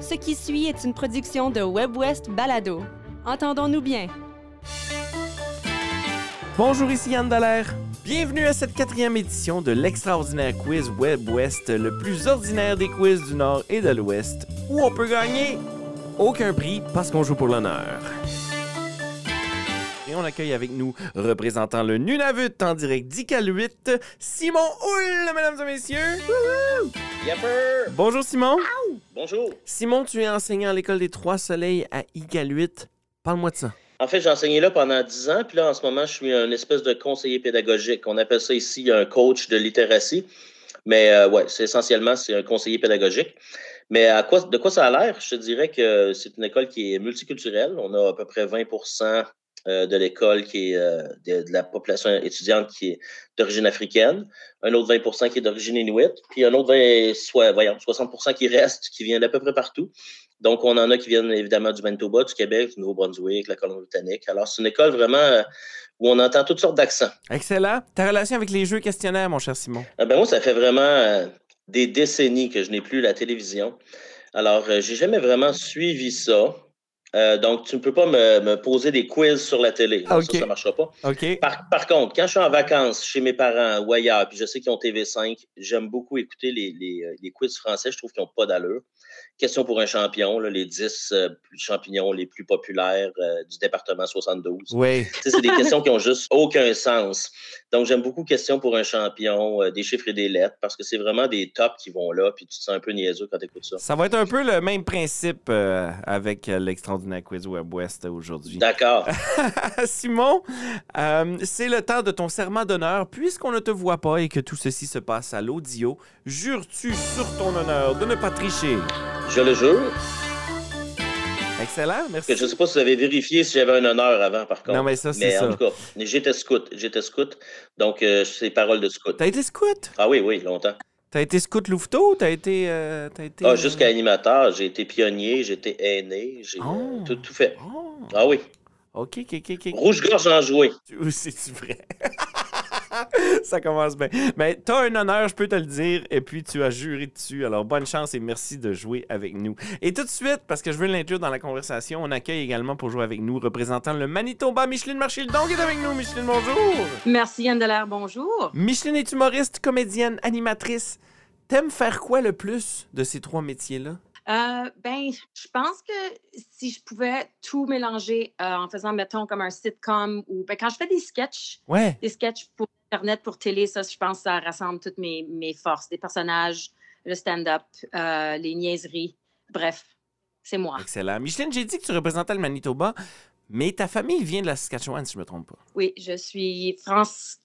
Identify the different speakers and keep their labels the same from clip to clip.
Speaker 1: Ce qui suit est une production de WebWest Balado. Entendons-nous bien.
Speaker 2: Bonjour, ici Yann Dallaire. Bienvenue à cette quatrième édition de l'extraordinaire quiz Web West, le plus ordinaire des quiz du Nord et de l'Ouest, où on peut gagner aucun prix parce qu'on joue pour l'honneur. Et on accueille avec nous, représentant le Nunavut en direct d'Iqaluit, Simon Houle, mesdames et messieurs.
Speaker 3: Yapper!
Speaker 2: Bonjour Simon.
Speaker 3: Bonjour!
Speaker 2: Simon, tu es enseignant à l'école des Trois Soleils à Iqaluit. Parle-moi de ça.
Speaker 3: En fait, j'ai enseigné là pendant 10 ans, puis là, en ce moment, je suis un espèce de conseiller pédagogique. On appelle ça ici un coach de littératie. Mais euh, ouais, c'est essentiellement, c'est un conseiller pédagogique. Mais à quoi, de quoi ça a l'air? Je te dirais que c'est une école qui est multiculturelle. On a à peu près 20 euh, de l'école qui est euh, de, de la population étudiante qui est d'origine africaine, un autre 20 qui est d'origine inuit, puis un autre 20, soit, voyons, 60 qui reste, qui vient d'à peu près partout. Donc, on en a qui viennent évidemment du Manitoba, du Québec, du Nouveau-Brunswick, la Colombie-Britannique. Alors, c'est une école vraiment euh, où on entend toutes sortes d'accents.
Speaker 2: Excellent. Ta relation avec les jeux questionnaires, mon cher Simon.
Speaker 3: Ah ben moi, ça fait vraiment euh, des décennies que je n'ai plus la télévision. Alors, euh, j'ai jamais vraiment suivi ça. Euh, donc, tu ne peux pas me, me poser des quiz sur la télé. Donc,
Speaker 2: Ah,
Speaker 3: ça,
Speaker 2: ok.
Speaker 3: Ça ne marchera pas.
Speaker 2: OK.
Speaker 3: Par, par contre, quand je suis en vacances chez mes parents ou ailleurs, puis je sais qu'ils ont TV5, j'aime beaucoup écouter les, les, euh, les quiz français. Je trouve qu'ils n'ont pas d'allure. Question pour un champion, là, les 10 euh, champignons les plus populaires euh, du département 72.
Speaker 2: Oui.
Speaker 3: Tu sais, c'est des questions qui ont juste aucun sens. Donc, j'aime beaucoup questions pour un champion, euh, des chiffres et des lettres, parce que c'est vraiment des tops qui vont là, puis tu te sens un peu niaiseux quand tu écoutes ça.
Speaker 2: Ça va être un peu le même principe euh, avec euh, l'extraordinaire quiz Web West aujourd'hui.
Speaker 3: D'accord.
Speaker 2: Simon, euh, c'est le temps de ton serment d'honneur. Puisqu'on ne te voit pas et que tout ceci se passe à l'audio, jures-tu sur ton honneur de ne pas tricher?
Speaker 3: Je le jure.
Speaker 2: Excellent,
Speaker 3: Je
Speaker 2: merci.
Speaker 3: ne sais pas si vous avez vérifié si j'avais un honneur avant, par contre.
Speaker 2: Non, mais ça, c'est
Speaker 3: Mais en
Speaker 2: ça.
Speaker 3: tout cas, j'étais scout. J'étais scout. Donc, euh, c'est paroles de scout.
Speaker 2: T'as été scout?
Speaker 3: Ah oui, oui, longtemps.
Speaker 2: T'as été scout Louveteau? T'as été... euh, t'as été
Speaker 3: Ah,
Speaker 2: euh,
Speaker 3: Jusqu'à animateur, j'ai été pionnier, j'ai été aîné, j'ai euh,
Speaker 2: Oh.
Speaker 3: tout, tout fait.
Speaker 2: Oh,
Speaker 3: Ah oui.
Speaker 2: OK, OK, OK, OK.
Speaker 3: Rouge-gorge en jouet.
Speaker 2: Ou c'est-tu vrai? Ça commence bien. Mais t'as un honneur, je peux te le dire, et puis tu as juré dessus. Alors, bonne chance et merci de jouer avec nous. Et tout de suite, parce que je veux l'inclure dans la conversation, on accueille également pour jouer avec nous, représentant le Manitoba, Micheline Marchildon qui est avec nous. Micheline, bonjour!
Speaker 4: Merci Yann Dallaire, bonjour.
Speaker 2: Micheline est humoriste, comédienne, animatrice. T'aimes faire quoi le plus de ces trois métiers-là?
Speaker 4: Euh, ben, je pense que si je pouvais tout mélanger euh, en faisant, mettons, comme un sitcom ou ben, quand je fais des sketchs,
Speaker 2: Ouais.
Speaker 4: des sketchs pour Internet, pour télé, ça, je pense que ça rassemble toutes mes, mes forces, des personnages, le stand-up, euh, les niaiseries, bref, c'est moi.
Speaker 2: Excellent. Micheline, j'ai dit que tu représentais le Manitoba, mais ta famille vient de la Saskatchewan, si je me trompe pas.
Speaker 4: Oui, je suis France,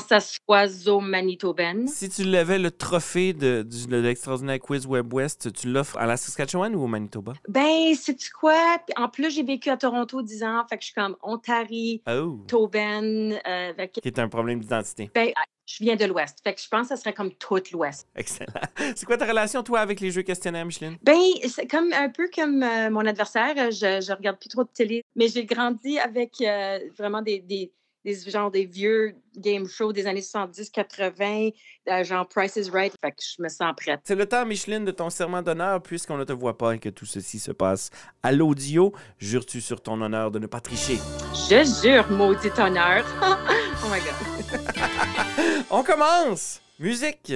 Speaker 4: françaisoiso manitobaine.
Speaker 2: Si tu levais le trophée de, du- de l'extraordinaire quiz Web West, tu l'offres à la Saskatchewan ou au Manitoba?
Speaker 4: Ben, sais-tu quoi? Puis En plus, j'ai vécu à Toronto 10 ans, fait que je suis comme Ontario,
Speaker 2: Oh!
Speaker 4: Tobaine, euh, fait que
Speaker 2: Qui est un problème d'identité.
Speaker 4: Ben, je viens de l'Ouest. Fait que je pense que ça serait comme toute l'Ouest.
Speaker 2: Excellent. C'est quoi ta relation, toi, avec les jeux questionnaires, Micheline?
Speaker 4: Ben, c'est comme un peu comme euh, mon adversaire. euh, Je, je regarde plus trop de télé, mais j'ai grandi avec euh, vraiment des, des, des genre des vieux game shows des années 70, 80, euh, genre Price is Right. Fait que je me sens prête.
Speaker 2: C'est le temps, Micheline, de ton serment d'honneur, puisqu'on ne te voit pas et que tout ceci se passe à l'audio. Jures-tu sur ton honneur de ne pas tricher?
Speaker 4: Je jure, maudit honneur. oh my God.
Speaker 2: On commence! Musique!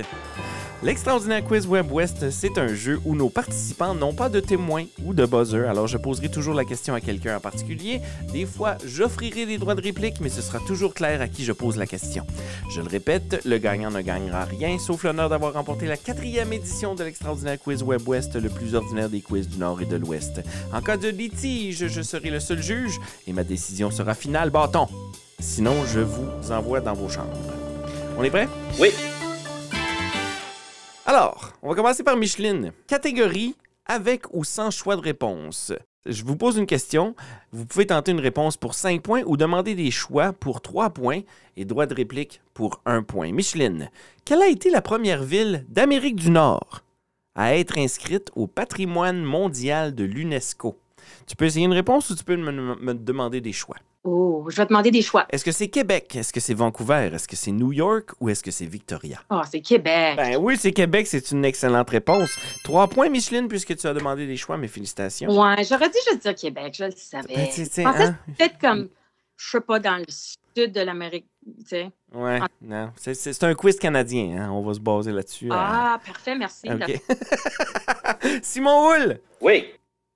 Speaker 2: L'extraordinaire quiz Web West, c'est un jeu où nos participants n'ont pas de témoins ou de buzzer, alors je poserai toujours la question à quelqu'un en particulier. Des fois, j'offrirai des droits de réplique, mais ce sera toujours clair à qui je pose la question. Je le répète, le gagnant ne gagnera rien, sauf l'honneur d'avoir remporté la quatrième édition de l'extraordinaire quiz Web West, le plus ordinaire des quiz du Nord et de l'Ouest. En cas de litige, je serai le seul juge et ma décision sera finale, bâton. Sinon, je vous envoie dans vos chambres. On est prêt?
Speaker 3: Oui.
Speaker 2: Alors, on va commencer par Micheline. Catégorie avec ou sans choix de réponse. Je vous pose une question. Vous pouvez tenter une réponse pour 5 points ou demander des choix pour 3 points et droit de réplique pour 1 point. Micheline, quelle a été la première ville d'Amérique du Nord à être inscrite au patrimoine mondial de l'UNESCO? Tu peux essayer une réponse ou tu peux me, me demander des choix.
Speaker 4: Oh, je vais demander des choix.
Speaker 2: Est-ce que c'est Québec? Est-ce que c'est Vancouver? Est-ce que c'est New York ou est-ce que c'est Victoria?
Speaker 4: Oh, c'est Québec.
Speaker 2: Ben oui, c'est Québec, c'est une excellente réponse. Trois points, Micheline, puisque tu as demandé des choix, mais félicitations.
Speaker 4: Ouais, j'aurais dû juste dire Québec, je le savais.
Speaker 2: Ben, tu sais,
Speaker 4: Je pensais
Speaker 2: hein?
Speaker 4: que c'était peut-être comme, je sais pas, dans le sud de l'Amérique, tu sais.
Speaker 2: Ouais, non. C'est- C'est c'est un quiz canadien, hein? on va se baser là-dessus. hein.
Speaker 4: Ah, parfait, merci.
Speaker 2: OK. Simon Houle,
Speaker 3: Oui.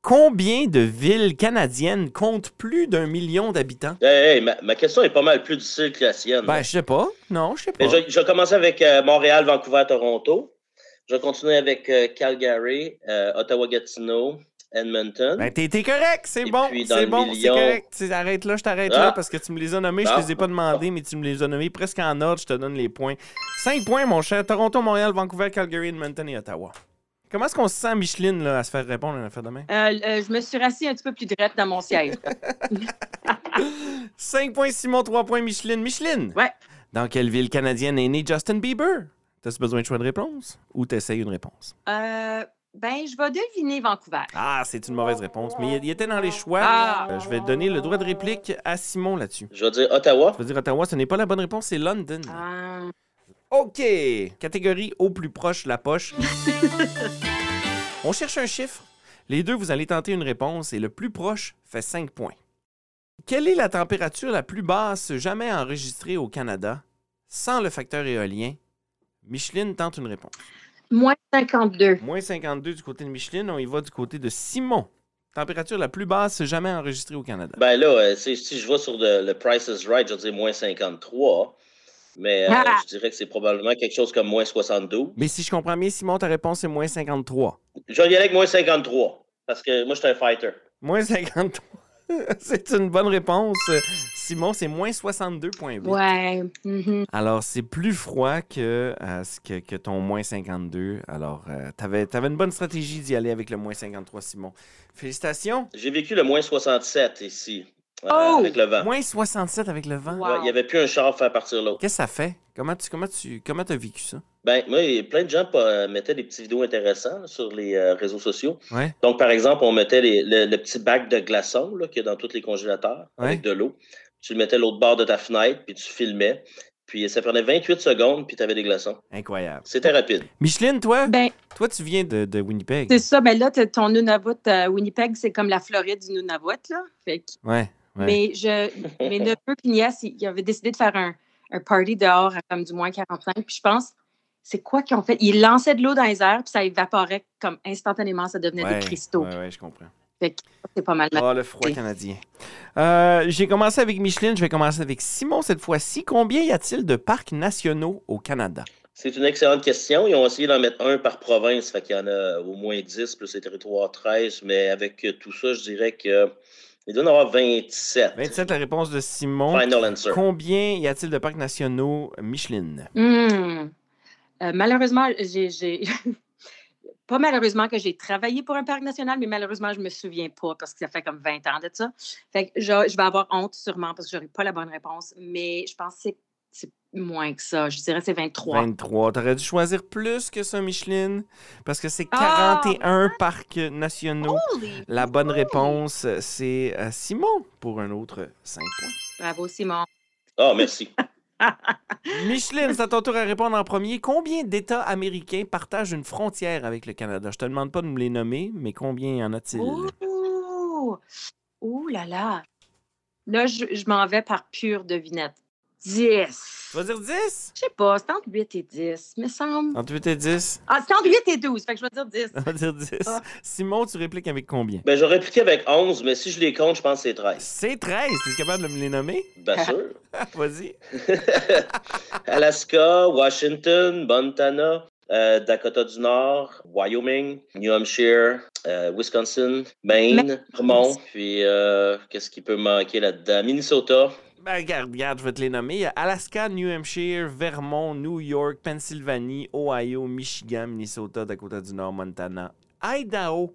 Speaker 2: combien de villes canadiennes comptent plus d'un million d'habitants?
Speaker 3: Hey, hey, ma, ma question est pas mal plus difficile que la sienne.
Speaker 2: Ben, je sais pas. Non, je sais pas.
Speaker 3: Mais je, je vais commencer avec euh, Montréal, Vancouver, Toronto. Je vais continuer avec euh, Calgary, euh, Ottawa-Gatineau, Edmonton.
Speaker 2: Ben, t'es t'es correct, c'est
Speaker 3: Et
Speaker 2: bon,
Speaker 3: puis, dans
Speaker 2: c'est
Speaker 3: le
Speaker 2: bon, c'est
Speaker 3: million-
Speaker 2: correct. Tu- Arrête là, je t'arrête
Speaker 3: Ah.
Speaker 2: là parce que tu me les as nommés,
Speaker 3: Ah.
Speaker 2: je te les ai pas demandés, mais tu me les as nommés presque en ordre, je te donne les points. Cinq points, mon cher. Toronto, Montréal, Vancouver, Calgary, Edmonton et Ottawa. Comment est-ce qu'on se sent, Micheline, là, à se faire répondre à une affaire de main?
Speaker 4: Euh, euh, je me suis rassis un petit peu plus droite dans mon siège.
Speaker 2: 5 points, Simon, 3 points, Micheline. Micheline!
Speaker 4: Ouais.
Speaker 2: Dans quelle ville canadienne est né Justin Bieber? T'as-tu besoin de choix de réponse ou t'essayes une réponse?
Speaker 4: Euh, ben, je vais deviner Vancouver.
Speaker 2: Ah, c'est une mauvaise réponse, mais il- il était dans les choix.
Speaker 4: Ah.
Speaker 2: Euh, je vais donner le droit de réplique à Simon là-dessus.
Speaker 3: Je vais dire Ottawa.
Speaker 2: Je veux dire Ottawa, ce n'est pas la bonne réponse, c'est London.
Speaker 4: Ah,
Speaker 2: OK! Catégorie au plus proche la poche. On cherche un chiffre. Les deux, vous allez tenter une réponse et le plus proche fait 5 points. Quelle est la température la plus basse jamais enregistrée au Canada sans le facteur éolien? Micheline tente une réponse.
Speaker 4: moins 52.
Speaker 2: Moins 52 du côté de Micheline, on y va du côté de Simon. Température la plus basse jamais enregistrée au Canada.
Speaker 3: Ben là, euh, si si je vais sur le, le Price is Right, je vais dire moins 53. Mais euh,
Speaker 4: Ah.
Speaker 3: je dirais que c'est probablement quelque chose comme moins 72.
Speaker 2: Mais si je comprends bien, Simon, ta réponse est moins 53.
Speaker 3: Je vais y aller avec moins 53. Parce que moi, je suis un fighter.
Speaker 2: Moins 53. c'est une bonne réponse. euh, Simon, c'est moins 62,8.
Speaker 4: Ouais. mhm.
Speaker 2: Alors, c'est plus froid que, euh, ce que, que ton moins 52. Alors, euh, t'avais tu une bonne stratégie d'y aller avec le moins 53, Simon. Félicitations.
Speaker 3: J'ai vécu le moins 67 ici, euh,
Speaker 4: Oh!
Speaker 3: avec le vent.
Speaker 2: Moins 67 avec le vent.
Speaker 4: Wow.
Speaker 3: Ouais, Il n'y avait plus un char pour faire partir l'autre.
Speaker 2: Qu'est-ce que ça fait? Comment tu comment tu comment as vécu ça?
Speaker 3: Ben, moi, il y a plein de gens euh, mettaient des petites vidéos intéressantes sur les euh, réseaux sociaux.
Speaker 2: Ouais.
Speaker 3: Donc, par exemple, on mettait les- le, le petit bac de glaçons là, qu'il y a dans tous les congélateurs
Speaker 2: Ouais.
Speaker 3: avec de l'eau. Tu le mettais à l'autre bord de ta fenêtre, puis tu filmais. Puis ça prenait 28 secondes, puis tu avais des glaçons.
Speaker 2: Incroyable.
Speaker 3: C'était rapide.
Speaker 2: Micheline, toi,
Speaker 4: Ben,
Speaker 2: toi tu viens de, de Winnipeg.
Speaker 4: c'est ça. Ben là, t'as ton Nunavut, euh, Winnipeg, c'est comme la Floride du Nunavut, là. Fait que-
Speaker 2: Ouais. ouais.
Speaker 4: Mais je, mes neveux et nièces, ils ils avaient décidé de faire un, un party dehors à comme du moins 45. Puis je pense, c'est quoi qu'ils ont fait? Ils lançaient de l'eau dans les airs, puis ça évaporait comme instantanément, ça devenait
Speaker 2: Ouais,
Speaker 4: des cristaux.
Speaker 2: Ouais, ouais, je comprends.
Speaker 4: C'est pas mal.
Speaker 2: Oh, le froid canadien. Euh, J'ai commencé avec Micheline, je vais commencer avec Simon cette fois-ci. Combien y a-t-il de parcs nationaux au Canada?
Speaker 3: C'est une excellente question. Ils ont essayé d'en mettre un par province, fait qu'il y en a au moins 10, plus les territoires 13. Mais avec euh, tout ça, je dirais que il doit y en avoir 27.
Speaker 2: 27, la réponse de Simon.
Speaker 3: Final answer.
Speaker 2: Combien y a-t-il de parcs nationaux, Micheline?
Speaker 4: Hmm. Euh, malheureusement, j'ai. j'ai- pas malheureusement que j'ai travaillé pour un parc national, mais malheureusement, je me souviens pas parce que ça fait comme 20 ans de ça. Fait que je, je vais avoir honte sûrement parce que j'aurai pas la bonne réponse, mais je pense que c'est- c'est moins que ça. Je dirais que c'est 23.
Speaker 2: 23. T'aurais dû choisir plus que ça, Micheline, parce que c'est
Speaker 4: Ah!
Speaker 2: 41 parcs nationaux.
Speaker 4: Holy!
Speaker 2: La bonne réponse, c'est euh, Simon pour un autre 5 points.
Speaker 4: Bravo, Simon.
Speaker 3: Ah, merci.
Speaker 2: Micheline, c'est à ton tour à répondre en premier. Combien d'États américains partagent une frontière avec le Canada? Je te demande pas de me les nommer, mais combien y en a-t-il?
Speaker 4: Oh. Ouh! Ouh là là! Là, je, je m'en vais par pure devinette. 10.
Speaker 2: Tu vas dire 10?
Speaker 4: Je sais pas, c'est entre 8 et 10, me semble.
Speaker 2: Entre 8 et 10.
Speaker 4: Ah, c'est entre 8 et 12, fait que je vais dire 10.
Speaker 2: On va dire 10.
Speaker 4: Ah.
Speaker 2: Simon, tu répliques avec combien?
Speaker 3: Ben, j'aurais piqué avec 11, mais si je les compte, je pense que c'est 13.
Speaker 2: C'est 13. T'es capable de me les nommer?
Speaker 3: Bien sûr.
Speaker 2: Vas-y.
Speaker 3: Alaska, Washington, Montana, euh, Dakota du Nord, Wyoming, New Hampshire, euh, Wisconsin, Maine, Vermont, puis euh, qu'est-ce qui peut manquer là-dedans? Minnesota.
Speaker 2: Ben, regarde, regarde, je vais te les nommer. Il y a Alaska, New Hampshire, Vermont, New York, Pennsylvanie, Ohio, Michigan, Minnesota, Dakota du Nord, Montana, Idaho,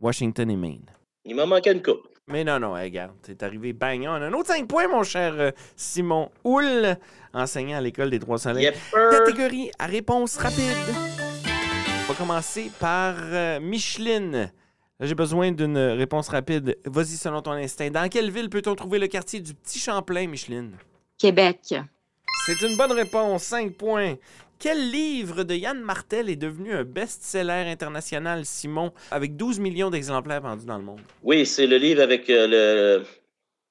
Speaker 2: Washington et Maine.
Speaker 3: Il m'en manquait une coupe.
Speaker 2: Mais non, non, hey, regarde, t'es arrivé bagnant. Un autre 5 points, mon cher euh, Simon Houle, enseignant à l'École des Trois Soleils.
Speaker 3: Yep. er.
Speaker 2: Catégorie à réponse rapide. On va commencer par euh, Micheline. Là, j'ai besoin d'une réponse rapide. Vas-y selon ton instinct. Dans quelle ville peut-on trouver le quartier du Petit Champlain, Micheline?
Speaker 4: Québec.
Speaker 2: C'est une bonne réponse. 5 points. Quel livre de Yann Martel est devenu un best-seller international, Simon, avec 12 millions d'exemplaires vendus dans le monde?
Speaker 3: Oui, c'est le livre avec euh, le,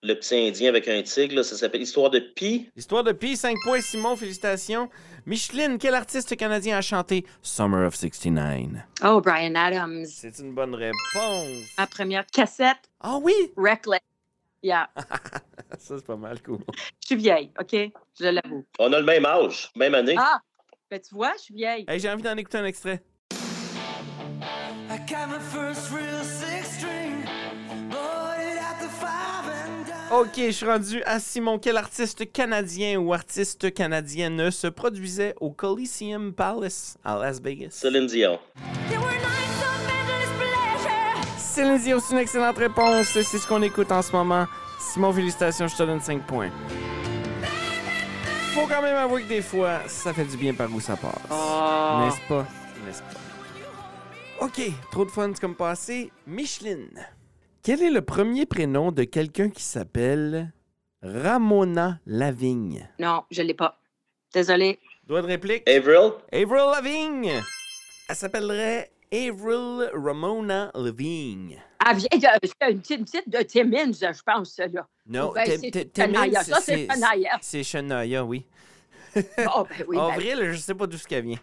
Speaker 3: le petit indien avec un tigre. là. Ça s'appelle Histoire de Pi.
Speaker 2: Histoire de Pi, 5 points, Simon, félicitations. Micheline, quel artiste canadien a chanté Summer of 69?
Speaker 4: Oh, Brian Adams.
Speaker 2: C'est une bonne réponse.
Speaker 4: Ma première cassette,
Speaker 2: Ah oui!
Speaker 4: Reckless. Yeah.
Speaker 2: Ah. Ça, c'est pas mal cool.
Speaker 4: Je suis vieille, OK? Je l'avoue.
Speaker 3: On a le même âge, même année.
Speaker 4: Ah! Ben, tu vois, je suis vieille.
Speaker 2: Hey, j'ai envie d'en écouter un extrait.
Speaker 5: I got my first real six string, bought it at the five and dime.
Speaker 2: OK, je suis rendu à Simon. Quel artiste canadien ou artiste canadienne se produisait au Coliseum Palace à Las Vegas?
Speaker 3: Céline Dion.
Speaker 5: There were nights of endless pleasure.
Speaker 2: Céline Dion, c'est une excellente réponse. et C'est ce qu'on écoute en ce moment. Simon, félicitations, je te donne 5 points. Faut quand même avouer que des fois, ça fait du bien par où ça passe.
Speaker 4: Ah.
Speaker 3: Oh.
Speaker 2: N'est-ce pas? N'est-ce pas? OK, trop de fun c'est comme passé. Micheline, quel est le premier prénom de quelqu'un qui s'appelle Ramona Lavigne?
Speaker 4: Non, je l'ai pas. Désolée.
Speaker 2: Doigt de réplique?
Speaker 3: Avril?
Speaker 2: Avril Lavigne! Elle s'appellerait Avril Ramona Lavigne.
Speaker 4: Ah, vieille, euh, c'est une petite, une petite de Timmins, je pense, là.
Speaker 2: Non,
Speaker 4: Ben,
Speaker 2: Tem-
Speaker 4: c'est
Speaker 2: Tem- Timmins,
Speaker 4: Shania. Ça,
Speaker 2: c'est-
Speaker 4: c'est Shania.
Speaker 2: C'est Shania, oui.
Speaker 4: Oh, ben oui. ben-
Speaker 2: Avril, je sais pas d'où ce qu'elle vient.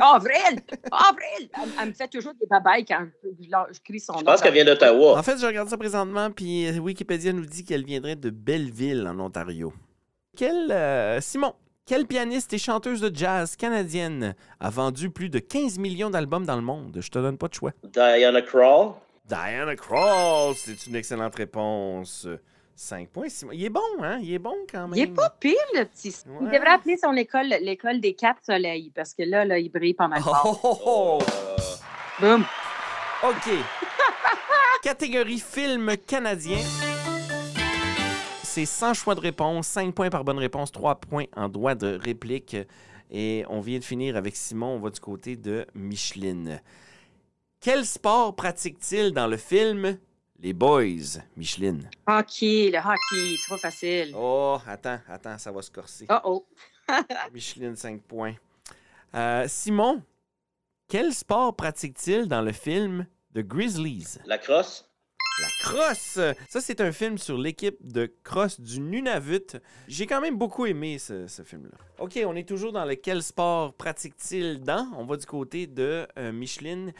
Speaker 4: Avril! Avril! Elle, elle me fait toujours des babayes quand je, je leur- je crie son nom.
Speaker 3: Je pense qu'elle vient d'Ottawa.
Speaker 2: En fait, je regarde ça présentement, puis euh, Wikipédia nous dit qu'elle viendrait de Belleville, en Ontario. Quel, euh, Simon, quelle pianiste et chanteuse de jazz canadienne a vendu plus de 15 millions d'albums dans le monde? Je te donne pas de choix.
Speaker 3: Diana Krall.
Speaker 2: Diana Krall, c'est une excellente réponse. 5 points, Simon. Il est bon, hein? Il est bon quand même.
Speaker 4: Il est pas pire, le petit. Il
Speaker 2: Ouais.
Speaker 4: devrait appeler son école l'école des quatre soleils, parce que là, là il brille pas mal
Speaker 2: Oh,
Speaker 4: fort.
Speaker 2: oh, oh, oh.
Speaker 3: Euh,
Speaker 4: Boum!
Speaker 2: OK. Catégorie film canadien. C'est 100 choix de réponse, 5 points par bonne réponse, 3 points en droit de réplique. Et on vient de finir avec Simon, on va du côté de Micheline. Quel sport pratique-t-il dans le film Les Boys, Micheline?
Speaker 4: Hockey, le hockey, trop facile.
Speaker 2: Oh, attends, attends, ça va se corser.
Speaker 4: Oh oh!
Speaker 2: Micheline, 5 points. Euh, Simon, quel sport pratique-t-il dans le film The Grizzlies?
Speaker 3: la crosse.
Speaker 2: La crosse! Ça, c'est un film sur l'équipe de crosse du Nunavut. J'ai quand même beaucoup aimé ce, ce film-là. OK, on est toujours dans le quel sport pratique-t-il dans? On va du côté de euh, Micheline.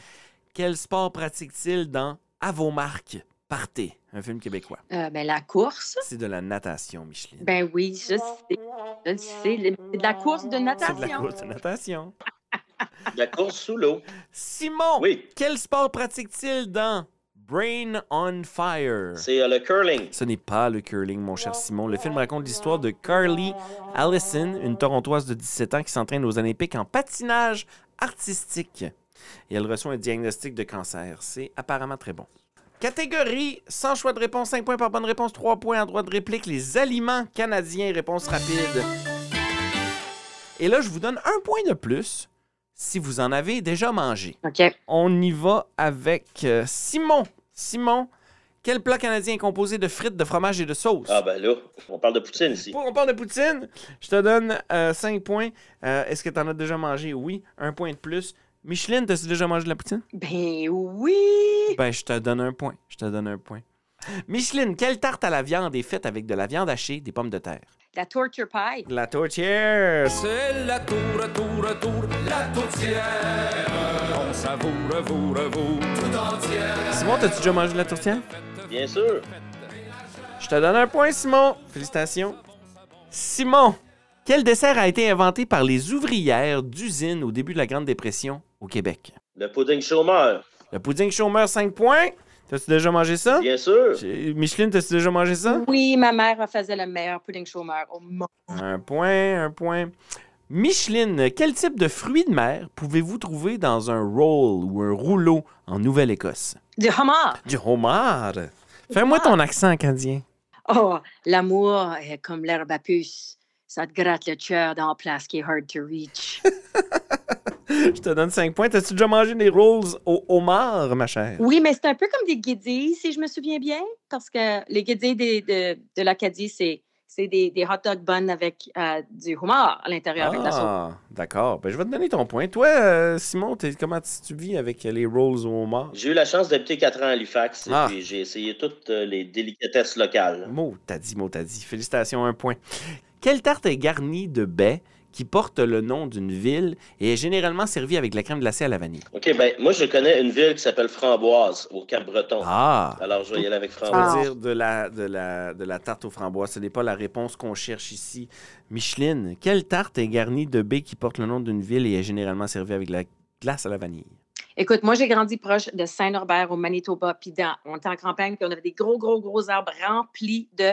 Speaker 2: Quel sport pratique-t-il dans À vos marques, partez? Un film québécois.
Speaker 4: Euh, ben, la course.
Speaker 2: C'est de la natation, Micheline.
Speaker 4: Ben oui, je sais. Je le sais. Le- C'est de la course de
Speaker 2: C'est de la
Speaker 4: natation.
Speaker 2: course de natation.
Speaker 3: La course sous l'eau.
Speaker 2: Simon!
Speaker 3: Oui,
Speaker 2: Quel sport pratique-t-il dans Brain on Fire?
Speaker 3: c'est euh, le curling.
Speaker 2: Ce n'est pas le curling, mon cher Simon. Le film raconte l'histoire de Carly Allison, une Torontoise de 17 ans qui s'entraîne aux Olympiques en patinage artistique. Et elle reçoit un diagnostic de cancer. C'est apparemment très bon. Catégorie, sans choix de réponse, 5 points par bonne réponse, 3 points en droit de réplique, les aliments canadiens, réponse rapide. Et là, je vous donne un point de plus si vous en avez déjà mangé.
Speaker 4: OK.
Speaker 2: On y va avec euh, Simon. Simon, quel plat canadien est composé de frites, de fromage et de sauce?
Speaker 3: Ah ben là, on parle de Poutine ici.
Speaker 2: Pour- On parle de poutine. Je te donne 5 points. Euh, Est-ce que tu en as déjà mangé? Oui. Un point de plus. Micheline, t'as-tu déjà mangé de la poutine?
Speaker 4: Ben oui!
Speaker 2: Ben, je te donne un point. Je te donne un point. Micheline, quelle tarte à la viande est faite avec de la viande hachée, des pommes de terre?
Speaker 4: La torture pie.
Speaker 2: La tourtière.
Speaker 5: C'est la tour, à tour, à tour, la tourtière. On savoure, vous, vous, tout entière.
Speaker 2: Simon, t'as-tu déjà mangé de la tourtière?
Speaker 3: Bien sûr.
Speaker 2: Je te donne un point, Simon. Félicitations. Simon, quel dessert a été inventé par les ouvrières d'usine au début de la Grande Dépression au Québec?
Speaker 3: Le pudding chômeur.
Speaker 2: Le pudding chômeur, 5 points. T'as-tu déjà mangé ça?
Speaker 3: Bien sûr.
Speaker 2: J'ai- Micheline, t'as-tu déjà mangé ça?
Speaker 4: Oui, ma mère faisait le meilleur pudding chômeur au monde.
Speaker 2: Un point, un point. Micheline, quel type de fruits de mer pouvez-vous trouver dans un roll ou un rouleau en Nouvelle-Écosse?
Speaker 4: Du homard!
Speaker 2: Du homard. Fais-moi ton accent acadien.
Speaker 4: Oh, l'amour est comme l'herbe à puce. Ça te gratte le cœur dans place qui est hard to reach.
Speaker 2: Je te donne 5 points. T'as-tu déjà mangé des rolls au homard, ma chère?
Speaker 4: Oui, mais c'est un peu comme des guédilles, si je me souviens bien, parce que les guédilles des- de, de l'Acadie, c'est c'est des, des hot dog buns avec euh, du homard à l'intérieur, avec de la sauce.
Speaker 2: Ah, d'accord. Ben, je vais te donner ton point. Toi, euh, Simon, t'es- comment tu- tu vis avec euh, les rolls au homard?
Speaker 3: J'ai eu la chance d'habiter 4 ans à Halifax et
Speaker 2: Ah.
Speaker 3: puis j'ai essayé toutes euh, les délicatesses locales.
Speaker 2: Mot, t'as dit, mot, t'as dit. Félicitations, un point. Quelle tarte est garnie de baies qui porte le nom d'une ville et est généralement servie avec de la crème glacée à la vanille?
Speaker 3: OK, ben moi, je connais une ville qui s'appelle Framboise, au Cap-Breton.
Speaker 2: Ah!
Speaker 3: Alors, je vais y aller avec
Speaker 2: Ça veut
Speaker 3: Framboise.
Speaker 4: Ah.
Speaker 2: dire de la, de, la, de la tarte aux framboises. Ce n'est pas la réponse qu'on cherche ici. Micheline, quelle tarte est garnie de baies qui porte le nom d'une ville et est généralement servie avec de la glace à la vanille?
Speaker 4: Écoute, moi, j'ai grandi proche de Saint-Norbert au Manitoba, puis dans, on était en campagne, puis on avait des gros, gros, gros arbres remplis de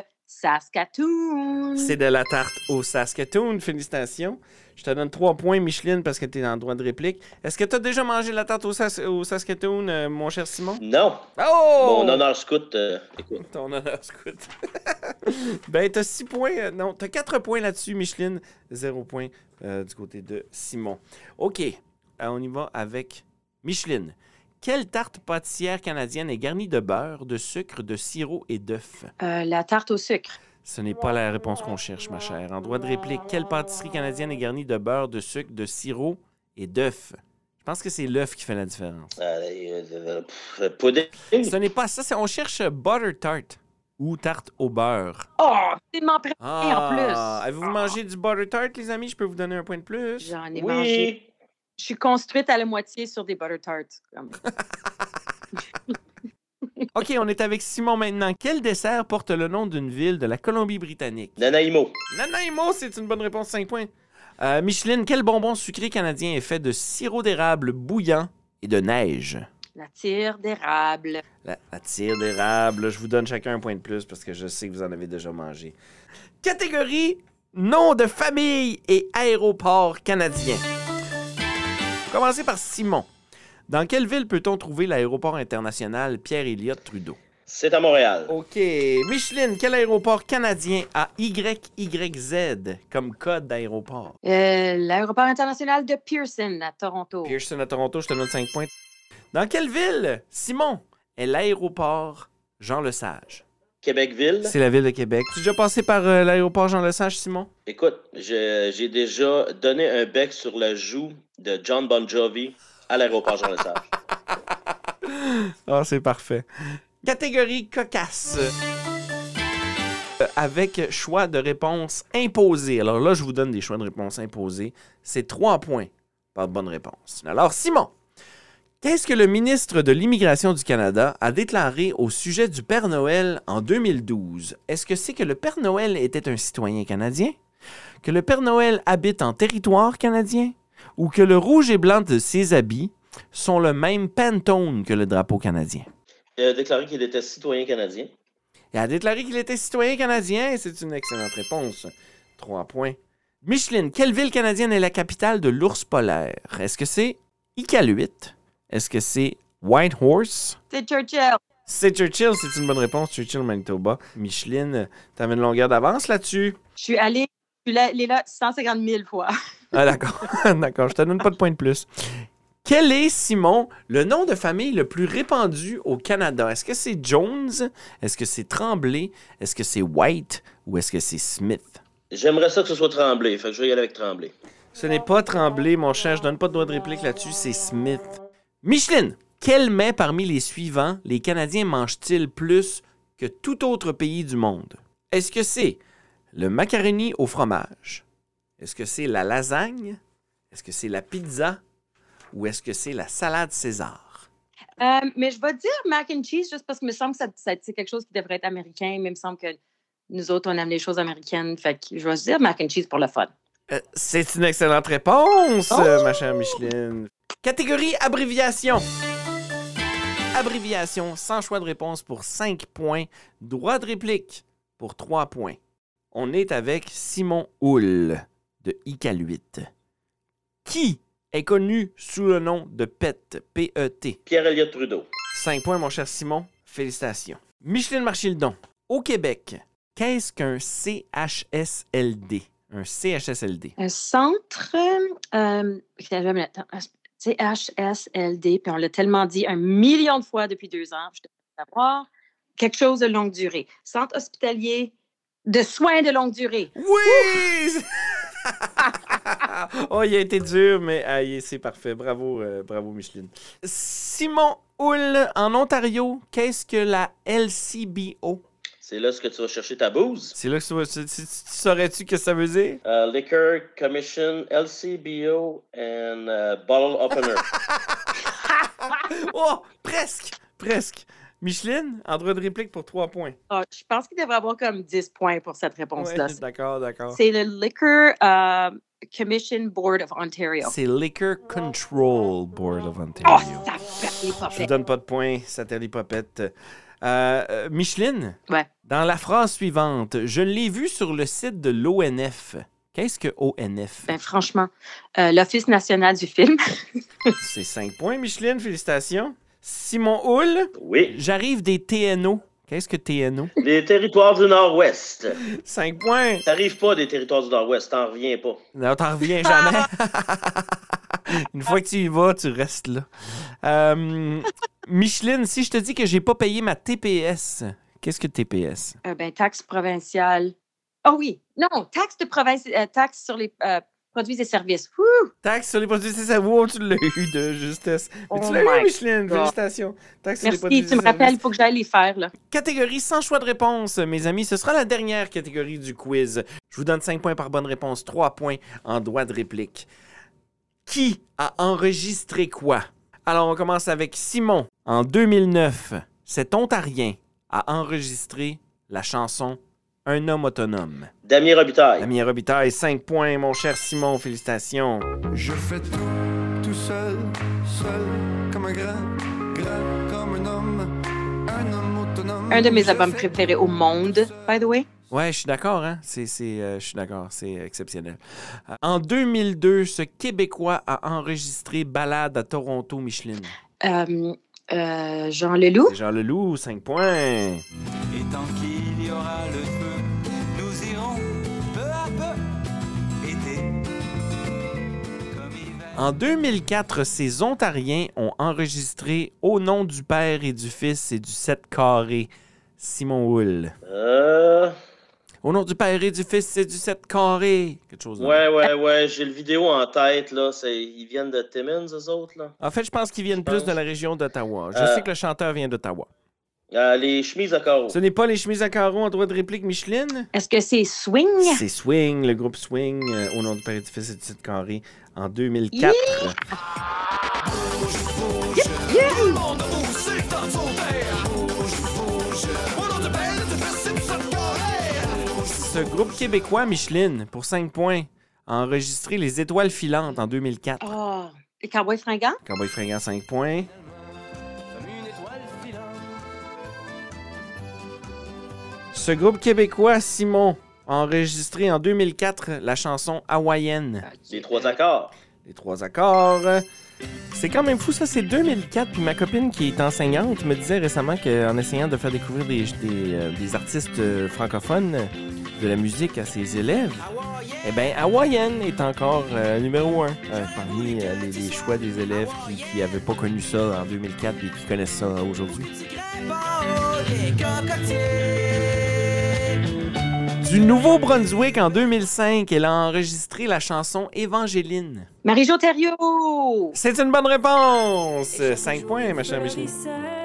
Speaker 4: Saskatoon.
Speaker 2: C'est de la tarte au Saskatoon. Félicitations. Je te donne trois points, Micheline, parce que tu es dans le droit de réplique. Est-ce que tu as déjà mangé la tarte au, Sas- au Saskatoon, euh, mon cher Simon?
Speaker 3: Non,
Speaker 2: Oh!
Speaker 3: mon honneur scout. euh, écoute.
Speaker 2: Ton honneur scout. ben, t'as 6 points. euh, non, t'as 4 points là-dessus, Micheline. 0 point euh, du côté de Simon. OK. euh, on y va avec Micheline. Quelle tarte pâtissière canadienne est garnie de beurre, de sucre, de sirop et d'œufs?
Speaker 4: Euh, la tarte au sucre.
Speaker 2: Ce n'est pas la réponse qu'on cherche, ma chère. En droit de réplique, quelle pâtisserie canadienne est garnie de beurre, de sucre, de sirop et d'œufs? Je pense que c'est l'œuf qui fait la différence.
Speaker 3: Allez, euh, euh, pff, euh, pudding.
Speaker 2: Ce n'est pas ça, c'est- on cherche butter tart ou tarte au beurre.
Speaker 4: Oh, c'est mon préféré en
Speaker 2: Ah,
Speaker 4: plus.
Speaker 2: Avez-vous
Speaker 4: Ah.
Speaker 2: mangé du butter tart, les amis? Je peux vous donner un point de plus.
Speaker 4: J'en ai mangé.
Speaker 3: Oui.
Speaker 4: Je suis construite à la moitié sur des butter tarts. comme.
Speaker 2: OK, on est avec Simon maintenant. Quel dessert porte le nom d'une ville de la Colombie-Britannique?
Speaker 3: Nanaimo.
Speaker 2: Nanaimo, c'est une bonne réponse, 5 points. Euh, Micheline, quel bonbon sucré canadien est fait de sirop d'érable bouillant et de neige?
Speaker 4: La tire d'érable.
Speaker 2: La, la tire d'érable, là, je vous donne chacun un point de plus parce que je sais que vous en avez déjà mangé. Catégorie nom de famille et aéroport canadien. Commencez par Simon. Dans quelle ville peut-on trouver l'aéroport international pierre Elliott Trudeau?
Speaker 3: C'est à Montréal.
Speaker 2: OK. Micheline, quel aéroport canadien a YYZ comme code d'aéroport?
Speaker 4: Euh, L'aéroport international de Pearson à Toronto.
Speaker 2: Pearson à Toronto, je te donne 5 points. Dans quelle ville, Simon, est l'aéroport Jean-Lesage?
Speaker 3: Québecville.
Speaker 2: C'est la ville de Québec. Tu es déjà passé par euh, l'aéroport Jean-Lesage, Simon?
Speaker 3: Écoute, je- j'ai déjà donné un bec sur le joue de John Bon Jovi à l'aéroport Jean-Lesage.
Speaker 2: Ah, c'est parfait. Catégorie cocasse. Euh, Avec choix de réponse imposé. Alors là, je vous donne des choix de réponse imposés. C'est trois points par bonne réponse. Alors, Simon, qu'est-ce que le ministre de l'Immigration du Canada a déclaré au sujet du Père Noël en 2012? Est-ce que c'est que le Père Noël était un citoyen canadien? Que le Père Noël habite en territoire canadien? Ou que le rouge et blanc de ses habits sont le même Pantone que le drapeau canadien.
Speaker 3: Il a déclaré qu'il était citoyen canadien.
Speaker 2: Il a déclaré qu'il était citoyen canadien. C'est une excellente réponse. Trois points. Micheline, quelle ville canadienne est la capitale de l'ours polaire? Est-ce que c'est Iqaluit? Est-ce que c'est Whitehorse?
Speaker 4: C'est Churchill.
Speaker 2: C'est Churchill, c'est une bonne réponse. Churchill, Manitoba. Micheline, t'avais une longueur d'avance là-dessus.
Speaker 4: Je suis allée, je suis là- allée là 150 000 fois.
Speaker 2: Ah, d'accord. d'accord, je te donne pas de point de plus. Quel est, Simon, le nom de famille le plus répandu au Canada? Est-ce que c'est Jones? Est-ce que c'est Tremblay? Est-ce que c'est White? Ou est-ce que c'est Smith?
Speaker 3: J'aimerais ça que ce soit Tremblay. Fait que je vais y aller avec Tremblay.
Speaker 2: Ce n'est pas Tremblay, mon cher. Je donne pas de droit de réplique là-dessus. C'est Smith. Micheline, quel mets parmi les suivants les Canadiens mangent-ils plus que tout autre pays du monde? Est-ce que c'est le macaroni au fromage? Est-ce que c'est la lasagne? Est-ce que c'est la pizza? Ou est-ce que c'est la salade César?
Speaker 4: Euh, mais je vais dire mac and cheese juste parce que me semble que ça, ça- c'est quelque chose qui devrait être américain, mais il me semble que nous autres, on aime les choses américaines. Fait que je vais dire mac and cheese pour le fun.
Speaker 2: Euh, c'est une excellente réponse,
Speaker 4: Oh!
Speaker 2: euh, ma chère Micheline. Catégorie abréviation. Abréviation, sans choix de réponse pour 5 points. Droit de réplique pour 3 points. On est avec Simon Houle de ICAL8. Qui est connu sous le nom de PET, P-E-T?
Speaker 3: pierre Elliott Trudeau.
Speaker 2: 5 points, mon cher Simon. Félicitations. Micheline Marchildon, au Québec, qu'est-ce qu'un CHSLD? Un CHSLD.
Speaker 4: Un centre, euh, finalement, mais attends, CHSLD, puis on l'a tellement dit un million de fois depuis deux ans, je devrais le savoir, quelque chose de longue durée. Centre hospitalier de soins de longue durée.
Speaker 2: Oui! oh, il a été dur, mais ah, il- c'est parfait. Bravo, euh, bravo Micheline. Simon Hull, en Ontario, qu'est-ce que la LCBO?
Speaker 3: C'est là ce que tu vas chercher ta bouse.
Speaker 2: C'est là que tu, vas- tu- tu- tu- saurais-tu que ça veut dire?
Speaker 3: Euh, Liquor Commission, LCBO, and euh, Bottle Opener.
Speaker 2: Oh, presque! Presque! Micheline, en droit de réplique pour 3 points.
Speaker 4: Ah, je pense qu'il devrait avoir comme 10 points pour cette
Speaker 2: Ouais,
Speaker 4: réponse-là.
Speaker 2: d'accord, d'accord.
Speaker 4: C'est le Liquor euh, Commission Board of Ontario.
Speaker 2: C'est Liquor Control Board of Ontario.
Speaker 4: Oh, ça fait les
Speaker 2: Je vous
Speaker 4: papettes.
Speaker 2: donne pas de points, Satelli Popette. Euh, euh, Micheline,
Speaker 4: Ouais.
Speaker 2: dans la phrase suivante, je l'ai vu sur le site de l'ONF. Qu'est-ce que ONF?
Speaker 4: Ben, franchement, euh, l'Office national du film.
Speaker 2: C'est 5 points, Micheline, félicitations. Simon Hull,
Speaker 3: Oui.
Speaker 2: j'arrive des TNO. Qu'est-ce que TNO?
Speaker 3: Les territoires du Nord-Ouest.
Speaker 2: 5 points.
Speaker 3: T'arrives pas des territoires du Nord-Ouest, t'en reviens pas.
Speaker 2: Non, t'en reviens jamais. Une fois que tu y vas, tu restes là. Euh, Micheline, si je te dis que j'ai pas payé ma TPS, qu'est-ce que TPS?
Speaker 4: Euh, ben, taxe provinciale. Ah oui, non, taxe de province, euh, taxe sur les euh, produits et services. Wouh!
Speaker 2: Taxe sur les produits c'est ça. Wow, tu l'as eu de justesse. Mais
Speaker 4: Oh
Speaker 2: tu l'as eu,
Speaker 4: my
Speaker 2: Micheline.
Speaker 4: God.
Speaker 2: Félicitations. Taxe sur les produits
Speaker 4: Merci,
Speaker 2: et
Speaker 4: tu me
Speaker 2: services.
Speaker 4: rappelles, il faut que j'aille les faire. Là.
Speaker 2: Catégorie sans choix de réponse, mes amis. Ce sera la dernière catégorie du quiz. Je vous donne 5 points par bonne réponse, 3 points en doigt de réplique. Qui a enregistré quoi? Alors, on commence avec Simon. En 2009, cet Ontarien a enregistré la chanson Un homme autonome.
Speaker 3: Damien Robitaille.
Speaker 2: Damien Robitaille, 5 points, mon cher Simon. Félicitations.
Speaker 5: Je fais tout, tout seul, seul, comme un grand, grand, comme un homme, un homme autonome.
Speaker 4: Un de mes
Speaker 5: Je
Speaker 4: albums
Speaker 5: fais
Speaker 4: préférés au monde, by the way.
Speaker 2: Ouais, je suis d'accord, hein? C'est, c'est, euh, je suis d'accord, c'est exceptionnel. Euh, en 2002, ce Québécois a enregistré Balade à Toronto, Micheline.
Speaker 4: Euh, euh, Jean Leloup.
Speaker 2: C'est Jean Leloup, 5 points.
Speaker 5: Et tant qu'il y aura le feu, nous irons peu à peu, été comme hiver.
Speaker 2: En 2004, ces Ontariens ont enregistré Au nom du Père et du Fils et du Sept Carré, Simon Hull.
Speaker 3: Euh,
Speaker 2: Au nom du Père et du Fils et du Sept Carré. Quelque chose. de
Speaker 3: ouais, ouais, ouais, j'ai le vidéo en tête, là. C'est- Ils viennent de Timmins, eux autres, là.
Speaker 2: En fait, je pense qu'ils viennent
Speaker 3: Je
Speaker 2: plus
Speaker 3: pense.
Speaker 2: de la région d'Ottawa. Je
Speaker 3: Euh.
Speaker 2: sais que le chanteur vient d'Ottawa.
Speaker 3: Euh, les chemises à carreaux.
Speaker 2: Ce n'est pas les chemises à carreaux en droit de réplique, Micheline?
Speaker 4: Est-ce que c'est Swing?
Speaker 2: C'est Swing, le groupe Swing, euh, au nom du Paris du Fils et du Titre Carré, en 2004. Ce groupe québécois, Micheline, pour 5 points, a enregistré Les Étoiles Filantes en 2004.
Speaker 4: Oh, les Cowboys fringants?
Speaker 2: Cowboy Fringant, 5 points.
Speaker 5: Comme une étoile filante.
Speaker 2: Ce groupe québécois, Simon, a enregistré en 2004 la chanson hawaïenne.
Speaker 3: Les trois accords.
Speaker 2: Les trois accords. C'est quand même fou, ça, c'est 2004. Puis ma copine qui est enseignante me disait récemment qu'en essayant de faire découvrir des, des, euh, des artistes euh, francophones de la musique à ses élèves, eh bien, Hawaiian est encore euh, numéro un euh, parmi euh, les, les choix des élèves qui n'avaient pas connu ça en 2004 et qui connaissent ça aujourd'hui. Du Nouveau-Brunswick en 2005, elle a enregistré la chanson Évangéline.
Speaker 4: Marie-Jo Thériault!
Speaker 2: C'est une bonne réponse! 5 points, ma chère Micheline.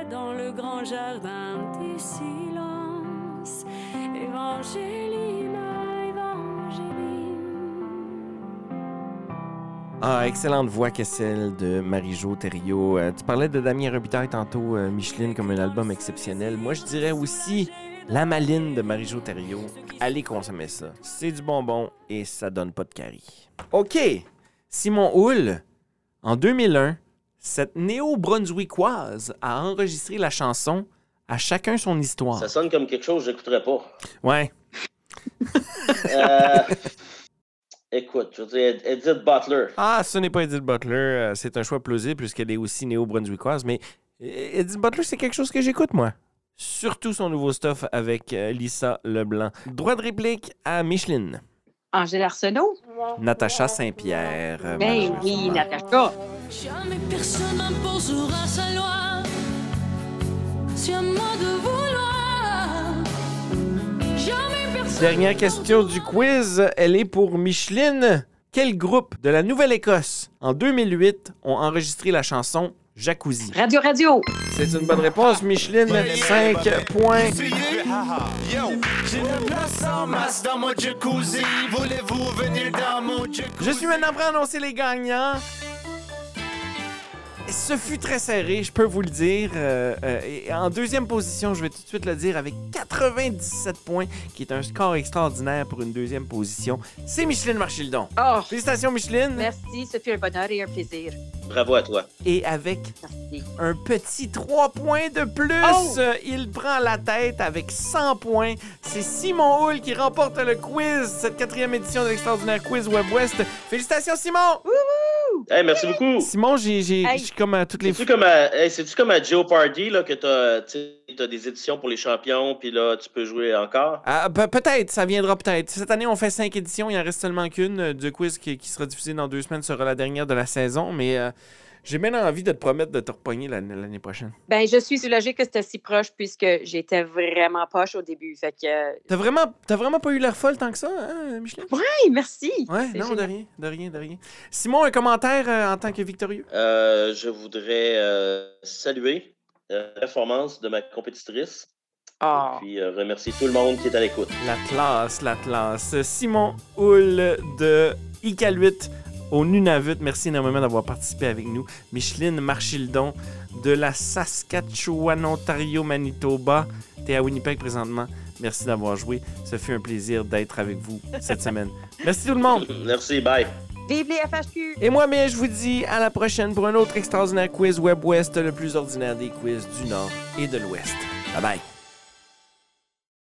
Speaker 6: dans le grand jardin du silence. Evangelina, Evangeline.
Speaker 2: Ah, excellente voix que celle de Marie-Jo Thériault. Euh, tu parlais de Damien Robitaille tantôt, euh, Micheline, comme un album exceptionnel. Moi, je dirais aussi La Maline de Marie-Jo Thériault. Allez consommer ça. C'est du bonbon et ça donne pas de caries. OK. Simon Hull, en 2001, cette néo-brunswickoise a enregistré la chanson À chacun son histoire.
Speaker 3: Ça sonne comme quelque chose que j'écouterais pas.
Speaker 2: Ouais.
Speaker 3: Euh, écoute, je veux dire, Edith Butler.
Speaker 2: Ah, ce n'est pas Edith Butler. Euh, C'est un choix plausible puisqu'elle est aussi néo-brunswickoise. Mais euh, Edith Butler, c'est quelque chose que j'écoute, moi. Surtout son nouveau stuff avec euh, Lisa Leblanc. Droit de réplique à Micheline.
Speaker 4: Angèle Arsenault.
Speaker 2: Natacha Saint-Pierre. euh,
Speaker 4: Ben
Speaker 2: malheureusement.
Speaker 4: oui, Natacha.
Speaker 6: Jamais personne n'imposera sa loi. C'est à moi de vouloir. Jamais personne.
Speaker 2: Dernière question du quiz, elle est pour Micheline. Quel groupe de la Nouvelle-Écosse en 2008 ont enregistré la chanson Jacuzzi?
Speaker 4: Radio Radio.
Speaker 2: C'est une bonne réponse, Micheline. 5 points.
Speaker 5: J'ai la place en masse dans mon jacuzzi. Voulez-vous venir dans mon jacuzzi?
Speaker 2: Je suis maintenant prêt à annoncer les gagnants. Ce fut très serré, je peux vous le dire. Euh, euh, et en deuxième position, je vais tout de suite le dire, avec 97 points, qui est un score extraordinaire pour une deuxième position, c'est Micheline Marchildon.
Speaker 4: Oh,
Speaker 2: Félicitations, Micheline.
Speaker 4: merci, ce fut un bonheur et un plaisir.
Speaker 3: Bravo à toi.
Speaker 2: Et avec
Speaker 4: Merci.
Speaker 2: un petit 3 points de plus.
Speaker 4: Oh!
Speaker 2: Euh, Il prend la tête avec 100 points. C'est Simon Hull qui remporte le quiz, cette quatrième édition de l'extraordinaire quiz Web West. Félicitations, Simon!
Speaker 3: Hey, merci beaucoup.
Speaker 2: Simon, j'ai, j'ai,
Speaker 4: Hey.
Speaker 2: je suis comme à toutes les
Speaker 3: C'est-tu comme, à- hey, c'est-tu comme à Jeopardy là, que t'as as des éditions pour les champions, puis là, tu peux jouer encore?
Speaker 2: Ah, pe- peut-être, ça viendra peut-être. Cette année, on fait cinq éditions, il en reste seulement qu'une euh, du quiz qui, qui sera diffusée dans deux semaines, sera la dernière de la saison, mais euh, j'ai même envie de te promettre de te repogner l'année, l'année prochaine.
Speaker 4: Ben, je suis soulagée que c'était si proche puisque j'étais vraiment poche au début. Fait que, euh,
Speaker 2: T'as vraiment, t'as vraiment pas eu l'air folle tant que ça, hein, Micheline?
Speaker 4: hey, merci.
Speaker 2: Ouais,
Speaker 4: C'est
Speaker 2: non, de
Speaker 4: génial.
Speaker 2: rien, de rien, de rien. Simon, un commentaire euh, en tant que victorieux?
Speaker 3: Euh, je voudrais euh, saluer euh, la performance de ma compétitrice,
Speaker 4: Oh.
Speaker 2: Ah.
Speaker 3: et puis euh, remercier tout le monde qui est à l'écoute.
Speaker 2: L'Atlas, l'Atlas. Simon Hull de IK8 au Nunavut. Merci énormément d'avoir participé avec nous. Micheline Marchildon de la Saskatchewan, Ontario, Manitoba. T'es à Winnipeg présentement. Merci d'avoir joué. Ce fut un plaisir d'être avec vous cette semaine. Merci tout le monde.
Speaker 3: Merci, bye.
Speaker 4: Ah. Vive les FHQ.
Speaker 2: Et moi, mais je vous dis à la prochaine pour un autre extraordinaire quiz Web West, le plus ordinaire des quiz du Nord et de l'Ouest. Bye bye.